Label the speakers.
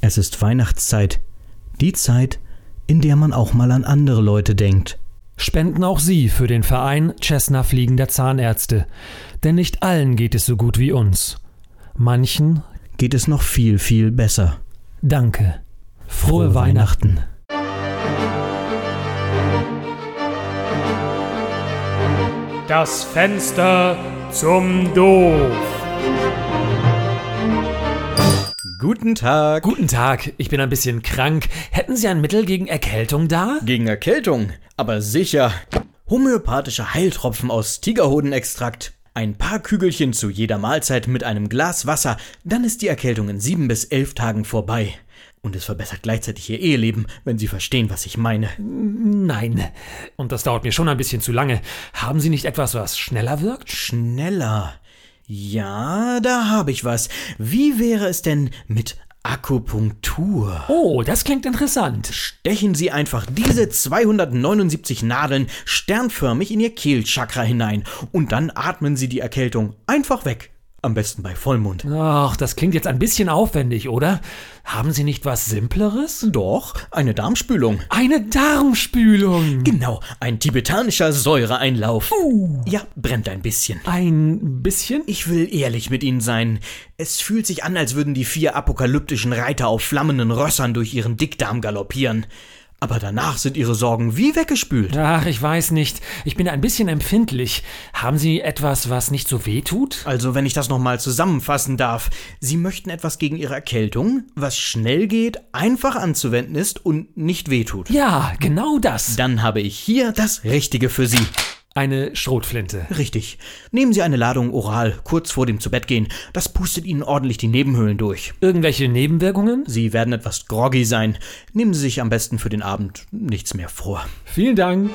Speaker 1: Es ist Weihnachtszeit. Die Zeit, in der man auch mal an andere Leute denkt.
Speaker 2: Spenden auch Sie für den Verein Cessna Fliegender Zahnärzte. Denn nicht allen geht es so gut wie uns. Manchen
Speaker 1: Geht es noch viel, viel besser.
Speaker 2: danke. Frohe,
Speaker 1: Frohe
Speaker 2: Weihnachten.
Speaker 1: Weihnachten.
Speaker 3: Das Fenster zum Doof.
Speaker 4: Guten Tag.
Speaker 2: Guten Tag, ich bin ein bisschen krank. Hätten Sie ein Mittel gegen Erkältung da?
Speaker 4: Gegen Erkältung, aber sicher. Homöopathische Heiltropfen aus Tigerhodenextrakt. Ein paar Kügelchen zu jeder Mahlzeit mit einem Glas Wasser, dann ist die Erkältung in sieben bis elf Tagen vorbei. Und es verbessert gleichzeitig Ihr Eheleben, wenn Sie verstehen, was ich meine.
Speaker 2: Nein. Und das dauert mir schon ein bisschen zu lange. Haben Sie nicht etwas, was schneller wirkt?
Speaker 4: Schneller. Ja, da habe ich was. Wie wäre es denn mit Akupunktur?
Speaker 2: Oh, das klingt interessant.
Speaker 4: stechen Sie einfach diese 279 Nadeln sternförmig in Ihr Kehlchakra hinein und dann atmen Sie die Erkältung einfach weg. Am besten bei Vollmond.
Speaker 2: Ach, das klingt jetzt ein bisschen aufwendig, oder? Haben Sie nicht was Simpleres?
Speaker 4: Doch, eine Darmspülung.
Speaker 2: Eine Darmspülung.
Speaker 4: Genau, ein tibetanischer Säureeinlauf. Ja, brennt ein bisschen.
Speaker 2: Ein bisschen?
Speaker 4: Ich will ehrlich mit Ihnen sein. Es fühlt sich an, als würden die vier apokalyptischen Reiter auf flammenden Rössern durch Ihren Dickdarm galoppieren. Aber danach sind Ihre Sorgen wie weggespült.
Speaker 2: Ach, ich weiß nicht. Ich bin ein bisschen empfindlich. Haben Sie etwas, was nicht so weh tut?
Speaker 4: Also, wenn ich das nochmal zusammenfassen darf, Sie möchten etwas gegen Ihre Erkältung, was schnell geht, einfach anzuwenden ist und nicht wehtut.
Speaker 2: Ja, genau das.
Speaker 4: Dann habe ich hier das Richtige für Sie.
Speaker 2: Eine Schrotflinte.
Speaker 4: Richtig. Nehmen Sie eine Ladung oral kurz vor dem Zubettgehen. Das pustet Ihnen ordentlich die Nebenhöhlen durch.
Speaker 2: Irgendwelche Nebenwirkungen?
Speaker 4: Sie werden etwas groggy sein. Nehmen Sie sich am besten für den Abend nichts mehr vor.
Speaker 2: Vielen Dank.